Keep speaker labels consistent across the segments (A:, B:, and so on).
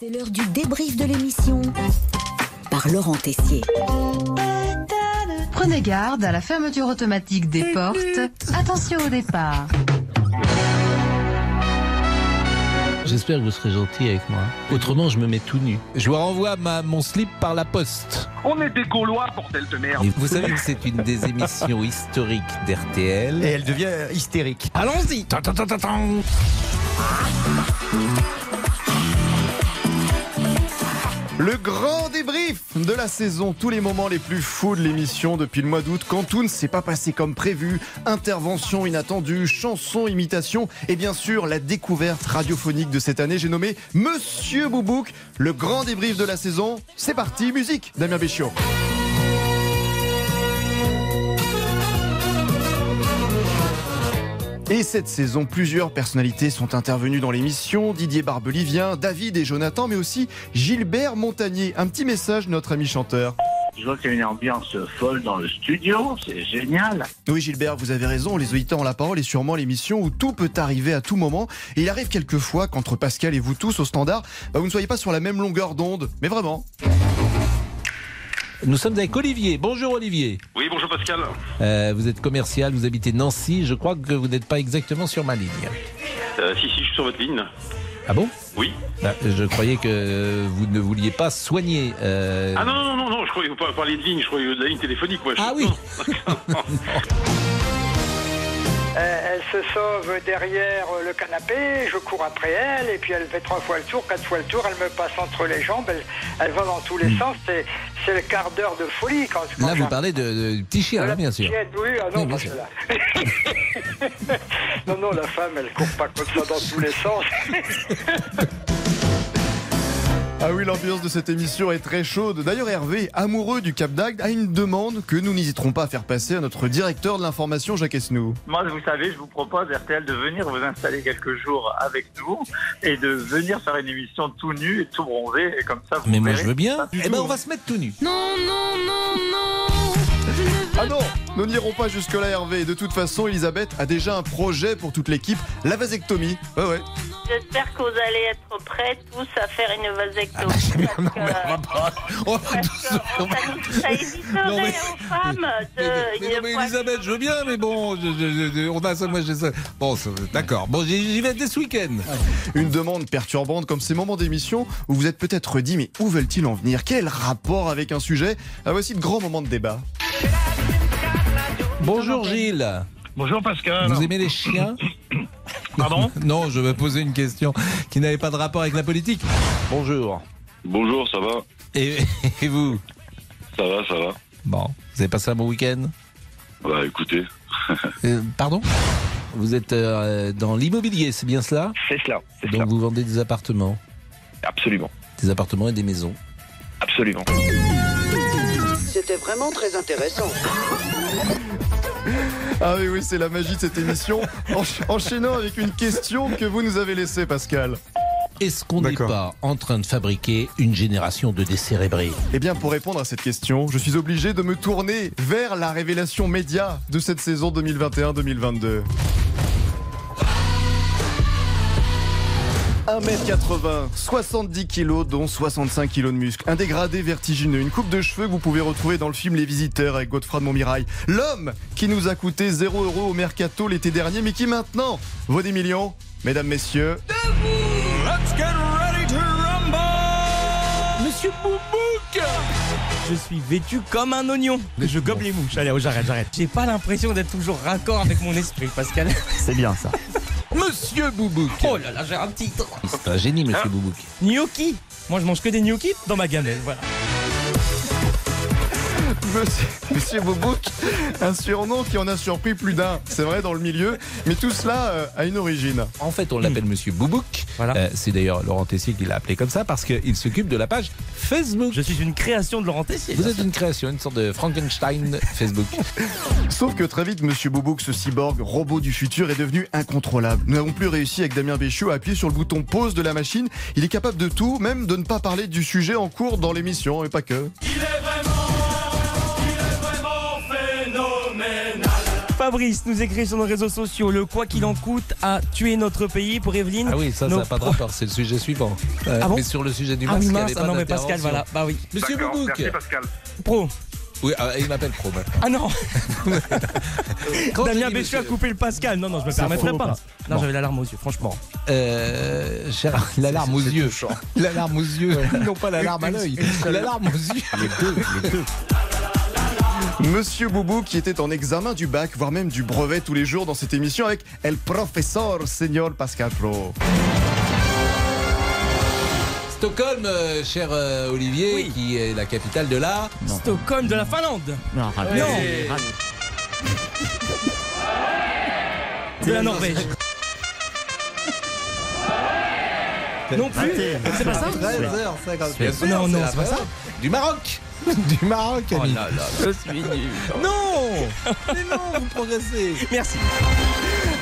A: C'est l'heure du débrief de l'émission par Laurent Tessier.
B: Prenez garde à la fermeture automatique des portes. Attention au départ.
C: J'espère que vous serez gentil avec moi. Autrement, je me mets tout nu.
D: Je vous renvoie ma, mon slip par la poste.
E: On est des Gaulois, bordel de merde.
D: vous savez que c'est une des émissions historiques d'RTL.
F: Et elle devient euh, hystérique.
D: Allons-y
F: Le grand débrief de la saison, tous les moments les plus fous de l'émission depuis le mois d'août, quand tout ne s'est pas passé comme prévu, intervention inattendue, chanson, imitation, et bien sûr la découverte radiophonique de cette année, j'ai nommé Monsieur Boubouk, le grand débrief de la saison. C'est parti, musique, Damien Béchiot. Et cette saison, plusieurs personnalités sont intervenues dans l'émission. Didier Barbelivien, David et Jonathan, mais aussi Gilbert Montagnier. Un petit message, notre ami chanteur.
G: Je vois qu'il y a une ambiance folle dans le studio, c'est génial.
F: Oui Gilbert, vous avez raison, les auditeurs ont la parole et sûrement l'émission où tout peut arriver à tout moment. Et il arrive quelquefois qu'entre Pascal et vous tous au standard, bah, vous ne soyez pas sur la même longueur d'onde. Mais vraiment.
D: Nous sommes avec Olivier. Bonjour Olivier.
E: Oui, bonjour Pascal.
D: Euh, vous êtes commercial, vous habitez Nancy. Je crois que vous n'êtes pas exactement sur ma ligne.
E: Euh, si, si, je suis sur votre ligne.
D: Ah bon
E: Oui.
D: Ah, Je croyais que euh, vous ne vouliez pas soigner. euh,
E: Ah non, non, non, non, je croyais que vous parliez de ligne, je croyais de la ligne téléphonique, moi. je-
D: Ah oui.
H: Euh, elle se sauve derrière euh, le canapé, je cours après elle, et puis elle fait trois fois le tour, quatre fois le tour, elle me passe entre les jambes, elle, elle va dans tous les sens, c'est, c'est le quart d'heure de folie quand quand
D: Hmm. Là, vous
H: j'arrive.
D: parlez de, de- du petit chien,
H: De
D: là,
H: la
D: bien sûr.
H: petite, oui, ah non,
D: Oui, bien
H: pas
D: sûr.
H: celle-là. non, non, la femme, elle court pas comme ça dans tous les sens.
F: Ah oui, l'ambiance de cette émission est très chaude. D'ailleurs, Hervé, amoureux du Cap d'Agde, a une demande que nous n'hésiterons pas à faire passer à notre directeur de l'information, Jacques Esnou.
G: Moi, vous savez, je vous propose, RTL, de venir vous installer quelques jours avec nous et de venir faire une émission tout nu et tout bronzé. Et comme ça, vous
D: Mais moi,
G: verrez.
D: je veux bien.
G: Du
D: Eh ben,
G: tout.
D: on va se mettre tout nu.
F: Ah non, nous n'irons pas jusque-là, Hervé. De toute façon, Elisabeth a déjà un projet pour toute l'équipe, la vasectomie. Ouais, ouais.
I: J'espère que vous allez être prêts tous à faire une
D: Ah, bah,
I: vasectomie. parce que,
D: On va
I: parce
D: tous
I: que
D: se faire-
I: ça, nous- ça éviterait
D: Non, mais-
I: aux femmes
D: Mais,
I: de.
D: mais non, mais Elisabeth, je veux bien, mais bon, je- je- je- on a ça, moi j'ai ça. Bon, ça- d'accord. Bon, j'y j'y vais dès ce week-end.
F: Une demande perturbante comme ces moments d'émission où vous êtes peut-être dit, mais où veulent-ils en venir Quel rapport avec un sujet Ah, voici de grands moments de débat.
D: Bonjour Gilles.
G: Bonjour Pascal.
D: Vous aimez les chiens
G: Pardon
D: Non, je vais poser une question qui n'avait pas de rapport avec la politique. Bonjour.
E: Bonjour, ça va
D: Et, et vous
E: Ça va, ça va.
D: Bon, vous avez passé un bon week-end
E: Bah écoutez.
D: Euh, Pardon Vous êtes euh, dans l'immobilier, c'est bien cela
J: C'est cela, c'est
D: Donc
J: cela.
D: vous vendez des appartements,
J: Absolument,
D: des appartements et des maisons.
J: absolument.
B: C'était vraiment très intéressant.
F: Ah oui, oui, c'est la magie de cette émission. Encha- Enchaînant avec une question que vous nous avez laissée, Pascal.
D: Est-ce qu'on n'est
F: D'accord.
D: pas en train de fabriquer une génération de décérébrés
F: Eh bien, pour répondre à cette question, je suis obligé de me tourner vers la révélation média de cette saison 2021-2022. 1m80, 70 kg dont 65 kg de muscles, un dégradé vertigineux, une coupe de cheveux que vous pouvez retrouver dans le film Les Visiteurs avec Godefroy de Montmirail, l'homme qui nous a coûté 0 euros au mercato l'été dernier mais qui maintenant vaut des millions, mesdames, messieurs,
K: Monsieur Boubouk Je suis vêtu comme un oignon. Je gobe les mouches. Allez, oh, j'arrête, j'arrête. J'ai pas l'impression d'être toujours raccord avec mon esprit, Pascal.
J: C'est bien ça.
D: Monsieur Boubouk
K: Oh là là, j'ai un titre.
D: C'est un génie,
K: Ah.
D: monsieur Boubouk.
K: Gnocchi Moi, je mange que des gnocchis dans ma gamelle, voilà.
F: Monsieur, Monsieur Bobouk, un surnom qui en a surpris plus d'un, c'est vrai, dans le milieu, mais tout cela euh, a une origine.
D: En fait, on l'appelle Monsieur Boubouk.
K: Hmm. Voilà.
D: Euh, c'est d'ailleurs Laurent Tessier qui l'a appelé comme ça parce qu'il s'occupe de la page Facebook.
K: Je suis une création de Laurent Tessier.
D: Vous êtes une création, une sorte de Frankenstein Facebook.
F: Sauf que très vite, Monsieur Bobouk, ce cyborg, robot du futur, est devenu incontrôlable. Nous n'avons plus réussi avec Damien Béchiot à appuyer sur le bouton pause de la machine. Il est capable de tout, même de ne pas parler du sujet en cours dans l'émission, et pas que.
K: Fabrice nous écrit sur nos réseaux sociaux le quoi qu'il en coûte a tué notre pays pour Evelyne.
D: Ah oui, ça, ça
K: Nos-
D: n'a pas de rapport, c'est le sujet suivant. Euh,
K: Ah bon
D: mais sur le sujet du
K: Ah
D: masque,
K: oui,
D: il y
K: mince,
D: avait
K: ah
D: pas
K: non, mais Pascal,
D: d'intervention.
K: voilà. Bah oui.
D: Monsieur
K: D'accord,
D: Boubouk
K: merci,
L: Pascal.
K: Pro.
D: Oui, ah, il m'appelle Pro maintenant.
K: Ah non
H: Oh,
D: Quand tu
K: Damien
D: dis,
K: Béchu a
D: monsieur-
K: coupé le Pascal. Non, non, je me
D: C'est
K: permettrai
D: faux,
K: pas.
D: Prince.
K: Non,
D: Bon.
K: j'avais la larme aux yeux, franchement.
D: Euh, cher, la larme aux yeux. La larme aux yeux, non pas la larme à l'œil. La larme aux yeux.
F: Les deux, les deux. Monsieur Boubou qui était en examen du bac, voire même du brevet tous les jours dans cette émission avec El Professor Señor Pascal Pro.
D: Stockholm, euh, cher euh, Olivier, qui est la capitale de l'art.
K: Stockholm de la Finlande.
D: Non,
K: râle- Non. râle. De la Norvège. Non plus. C'est pas ça
D: 13h50.
K: Bien sûr, Non, non, c'est pas ça.
D: Du Maroc. Du Maroc,
K: Oh
D: ami.
K: là là, je suis nul. Non
D: Mais non, vous progressez.
K: Merci.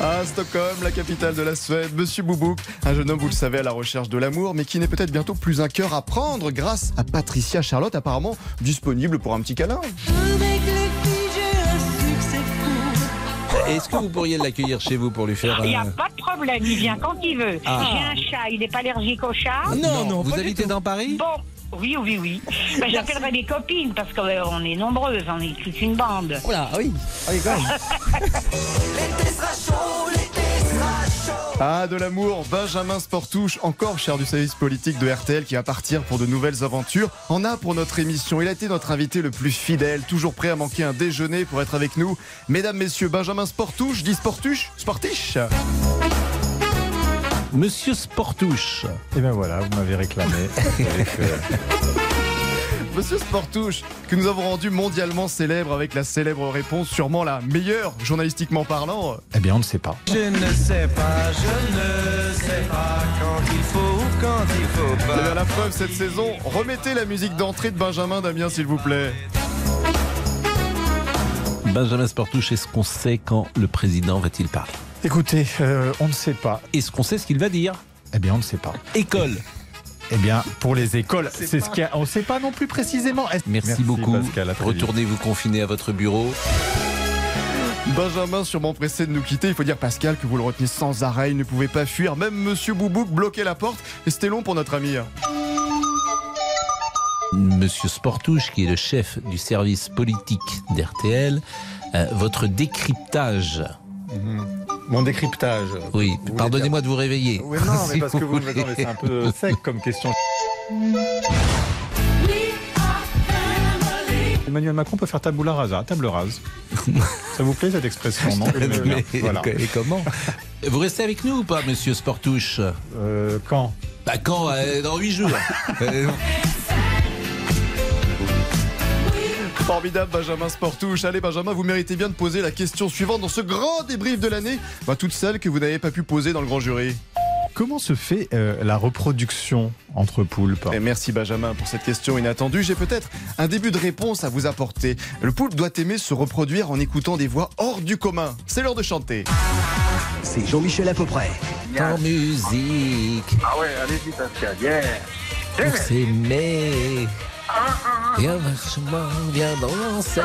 F: À Stockholm, la capitale de la Suède, Monsieur Boubouk, un jeune homme, vous le savez, à la recherche de l'amour, mais qui n'est peut-être bientôt plus un cœur à prendre grâce à Patricia Charlotte, apparemment disponible pour un petit câlin.
D: Est-ce que vous pourriez l'accueillir chez vous pour lui faire
K: Ah,
I: Il n'y a
D: un-
I: pas de problème, il vient quand il veut.
D: Euh. Ah.
I: J'ai un chat, il n'est pas allergique au chat.
D: Non, non, Vous pas du habitez tout. dans Paris
I: Bon, oui, oui, oui. Ben, J'appellerai des copines parce qu'on est nombreuses, on est toute une bande.
K: Oh là, oui, oui quand même.
F: Ah, de l'amour, Benjamin Sportouche, encore cher du service politique de RTL qui va partir pour de nouvelles aventures, en a pour notre émission. Il a été notre invité le plus fidèle, toujours prêt à manquer un déjeuner pour être avec nous. Mesdames, messieurs, Benjamin Sportouche, dit Sportuche, Sportiche
D: Monsieur Sportouche.
M: Et bien voilà, vous m'avez réclamé. avec, euh,
F: Monsieur Sportouche, que nous avons rendu mondialement célèbre avec la célèbre réponse, sûrement la meilleure, journalistiquement parlant.
M: Eh bien, on ne sait pas.
G: Je ne sais pas, je ne sais pas quand il faut ou quand il faut
F: Vous avez
G: pas.
F: la preuve cette saison, remettez la musique d'entrée de Benjamin Damien, s'il vous plaît.
D: Benjamin Sportouche, est-ce qu'on sait quand le président va-t-il parler
M: Écoutez, euh, on ne sait pas.
D: Est-ce qu'on sait ce qu'il va dire
M: Eh bien, on ne sait pas.
D: École.
M: Eh bien, pour les écoles, c'est ce qu'il y a. On ne sait pas non plus précisément. Est-ce-
D: Merci, beaucoup. Retournez-vous confiner à votre bureau.
F: Benjamin, sûrement pressé de nous quitter, il faut dire Pascal que vous le reteniez sans arrêt, il ne pouvait pas fuir, même Monsieur Boubouk bloquait la porte, et c'était long pour notre ami.
D: Monsieur Sportouche, qui est le chef du service politique d'RTL, euh, votre décryptage.
M: Mhm. Mon décryptage.
D: Oui, pardonnez-moi de vous réveiller.
M: Oui, non, mais
D: Si
M: parce que vous,
D: voulez.
M: non, mais c'est un peu sec comme question. Emmanuel Macron peut faire taboula rasa, table rase. Ça vous plaît cette expression non
D: Mais-
M: J'aime bien. Voilà.
D: Et comment Vous restez avec nous ou pas, monsieur Sportouche
M: Euh, Quand
D: Bah quand euh, Dans 8 jours. Euh,
F: Formidable Benjamin Sportouche. Allez Benjamin, vous méritez bien de poser la question suivante dans ce grand débrief de l'année, bah, toutes celles que vous n'avez pas pu poser dans le grand jury.
M: Comment se fait euh, la reproduction entre poulpes
F: Et merci Benjamin pour cette question inattendue. J'ai peut-être un début de réponse à vous apporter. Le poulpe doit aimer se reproduire en écoutant des voix hors du commun. C'est l'heure de chanter.
G: C'est Jean-Michel à peu près.
D: En musique,
L: Ah ouais, allez-y, Pascal, yeah.
D: pour s'aimer. Viens vachement, viens danser.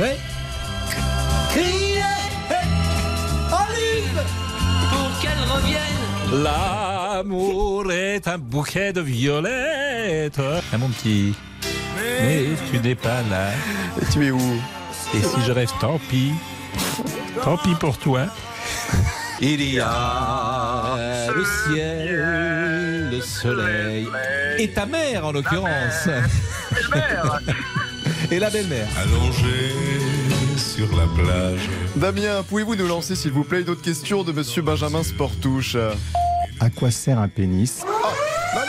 D: Ouais.
G: Olive Pour qu'elle revienne
D: L'amour est un bouquet de violettes. Ah, mon petit. Mais tu n'es pas là.
F: Tu es où
D: Et si je rêve, tant pis. Tant pis pour toi. Il y a le ciel, le soleil. Et ta mère, en l'occurrence. Et la belle-mère.
N: Allongé sur la plage.
F: Damien, pouvez-vous nous lancer s'il vous plaît une autre question de monsieur Benjamin Sportouche
M: À quoi sert un pénis
F: Non, non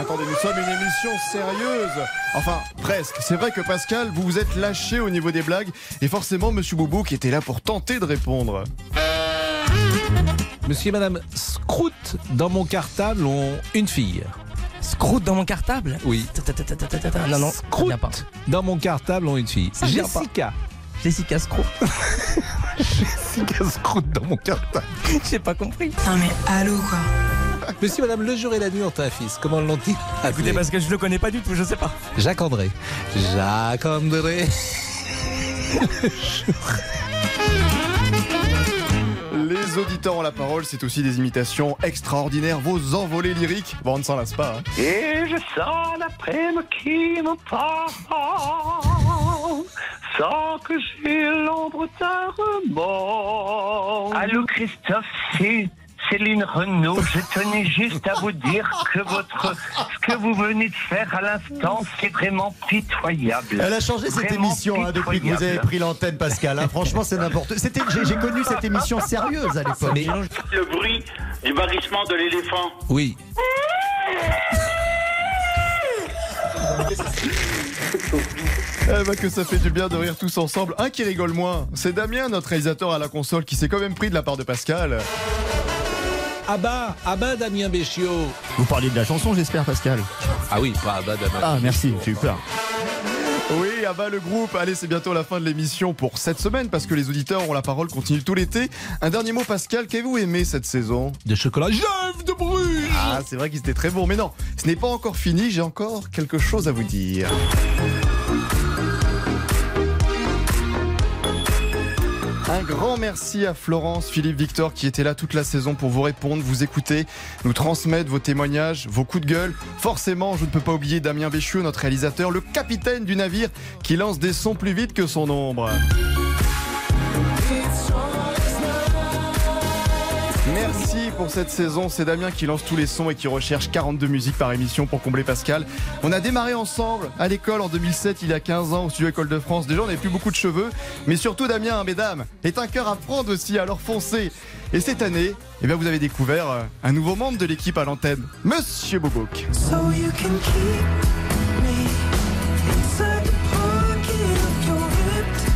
F: Attendez, nous sommes une émission sérieuse. Enfin, presque. C'est vrai que Pascal, vous vous êtes lâché au niveau des blagues. Et forcément, Monsieur Boubou qui était là pour tenter de répondre.
D: Monsieur et madame Scrout dans mon cartable ont une fille.
K: Scroute dans mon cartable
D: Oui.
K: Ta-ta-ta-ta-ta-ta-ta. Non, non, ça
D: Scrout
K: vient pas.
D: dans mon cartable ont une fille.
K: Ça vient pas.
D: Jessica.
K: Jessica Scrout.
D: Jessica Scrout dans mon cartable.
K: J'ai pas compris.
D: Non mais allô quoi. Monsieur, madame, le jour et la nuit ont un fils. Comment l'ont-ils
K: Écoutez,
D: appelé
K: parce que je le connais pas du tout, je sais pas.
D: Jacques André. Jacques André.
F: Les auditeurs ont la parole, c'est aussi des imitations extraordinaires, vos envolées lyriques. Bon, on ne s'en lasse pas. hein.
G: Et je sens la prime qui me parle Sans que j'ai l'ombre d'un remords Allô Christophe, c'est Céline Renaud Je tenais juste à vous dire que votre ce que vous venez de faire à l'instant C'est vraiment pitoyable
O: Elle a changé cette
G: Vraiment
O: émission hein, depuis que vous
G: pitoyable.
O: avez pris l'antenne, Pascal. hein. Franchement, c'est n'importe. C'était j'ai, j'ai connu cette émission sérieuse à l'époque.
E: Le bruit du barrissement de l'éléphant.
P: Oui.
F: Eh ben, que ça fait du bien de rire tous ensemble. Un qui rigole moins, c'est Damien, notre réalisateur à la console, qui s'est quand même pris de la part de Pascal.
P: Ah bah, ah bah Damien Béchiot.
O: Vous parliez de la chanson, j'espère, Pascal.
P: Ah oui, pas ah bah Damien.
O: Ah merci, j'ai eu peur.
F: Oui, à bas le groupe. Allez, c'est bientôt la fin de l'émission pour cette semaine parce que les auditeurs ont la parole, continue tout l'été. Un dernier mot, Pascal, qu'avez-vous aimé cette saison
P: De chocolat Jeff de Bruges
F: Ah, c'est vrai qu'ils étaient très bons, mais non, ce n'est pas encore fini, j'ai encore quelque chose à vous dire. Un grand merci à Florence, Philippe, Victor qui étaient là toute la saison pour vous répondre, vous écouter, nous transmettre vos témoignages, vos coups de gueule. Forcément, je ne peux pas oublier Damien Béchiot, notre réalisateur, le capitaine du navire qui lance des sons plus vite que son ombre. Merci pour cette saison. C'est Damien qui lance tous les sons et qui recherche 42 musiques par émission pour combler Pascal. On a démarré ensemble à l'école en 2007, il y a 15 ans, au studio École de France. Déjà, on n'avait plus beaucoup de cheveux. Mais surtout, Damien, hein, mesdames, est un cœur à prendre aussi, alors foncez. Et cette année, eh bien, vous avez découvert euh, un nouveau membre de l'équipe à l'antenne, Monsieur Bobouk.
G: So you can keep me inside the pocket of your ripped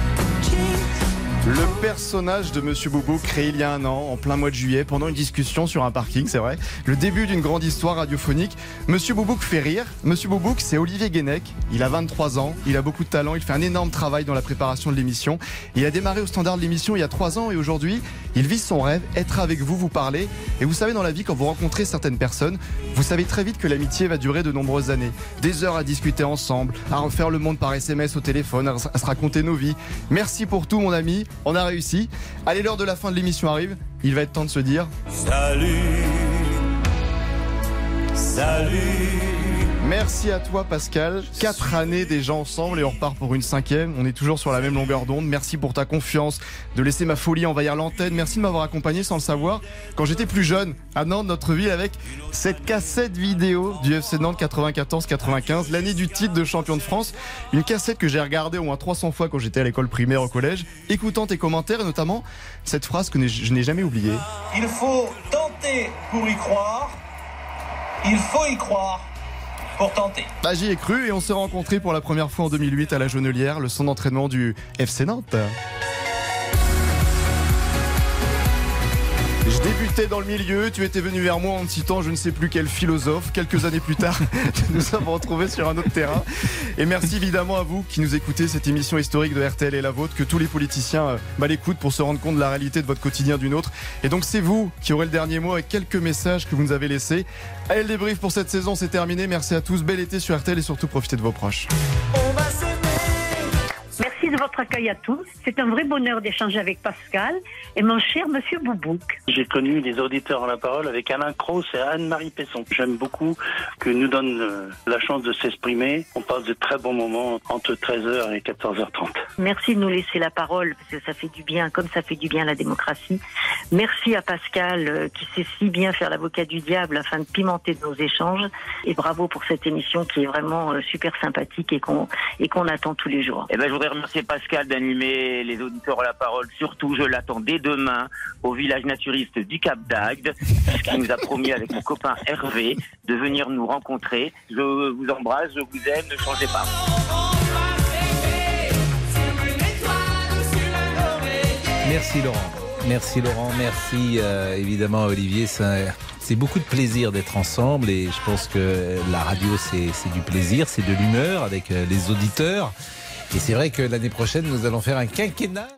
G: jeans.
F: Le personnage de Monsieur Bobo créé il y a un an, en plein mois de juillet, pendant une discussion sur un parking, c'est vrai. Le début d'une grande histoire radiophonique. Monsieur Boubouk fait rire. Monsieur Boubouk, c'est Olivier Guénec. Il a 23 ans, il a beaucoup de talent, il fait un énorme travail dans la préparation de l'émission. Il a démarré au standard de l'émission il y a 3 ans et aujourd'hui, il vit son rêve, être avec vous, vous parler. Et vous savez, dans la vie, quand vous rencontrez certaines personnes, vous savez très vite que l'amitié va durer de nombreuses années. Des heures à discuter ensemble, à refaire le monde par SMS au téléphone, à s- à se raconter nos vies. Merci pour tout, mon ami. On a réussi. Allez, l'heure de la fin de l'émission arrive. Il va être temps de se dire
G: Salut, salut.
F: Merci à toi Pascal. Quatre années déjà ensemble et on repart pour une cinquième. On est toujours sur la même longueur d'onde. Merci pour ta confiance, de laisser ma folie envahir l'antenne. Merci de m'avoir accompagné sans le savoir. Quand j'étais plus jeune, à Nantes, notre ville, avec cette cassette vidéo du FC Nantes 94-95, l'année du titre de champion de France. Une cassette que j'ai regardée au moins 300 fois quand j'étais à l'école primaire au collège, écoutant tes commentaires et notamment cette phrase que je n'ai jamais oubliée.
G: Il faut tenter pour y croire. Il faut y croire pour tenter.
F: Bah, j'y ai cru et on s'est rencontrés pour la première fois en 2008 à la Genelière, le centre d'entraînement du FC Nantes. Je débutais dans le milieu, tu étais venu vers moi en me citant je ne sais plus quel philosophe. Quelques années plus tard, nous avons retrouvé sur un autre terrain. Et merci évidemment à vous qui nous écoutez cette émission historique de RTL et la vôtre, que tous les politiciens euh, bah, l'écoutent pour se rendre compte de la réalité de votre quotidien d'une autre. Et donc c'est vous qui aurez le dernier mot avec quelques messages que vous nous avez laissés. Allez, le débrief pour cette saison, c'est terminé. Merci à tous, bel été sur RTL et surtout profitez de vos proches.
A: Merci de votre accueil à tous. C'est un vrai bonheur d'échanger avec Pascal et mon cher monsieur Boubouk.
Q: J'ai connu les auditeurs à la parole avec Alain Cross et Anne-Marie Pesson. J'aime beaucoup que nous donne euh, la chance de s'exprimer. On passe de très bons moments entre 13h et 14h30.
A: Merci de nous laisser la parole parce que ça fait du bien, comme ça fait du bien à la démocratie. Merci à Pascal euh, qui sait si bien faire l'avocat du diable afin de pimenter nos échanges et bravo pour cette émission qui est vraiment euh, super sympathique et qu'on et qu'on attend tous les jours.
R: Eh ben, je voudrais remercier Pascal d'animer les auditeurs à la parole. Surtout, je l'attends dès demain au village naturiste du Cap d'Agde, puisqu'il nous a promis avec mon copain Hervé de venir nous rencontrer. Je vous embrasse, je vous aime, ne changez pas.
P: Merci Laurent. Merci Laurent, merci euh, évidemment à Olivier. Ça- C'est beaucoup de plaisir d'être ensemble et je pense que la radio c'est c'est du plaisir, c'est de l'humeur avec euh, les auditeurs. Et c'est vrai que l'année prochaine nous allons faire un quinquennat.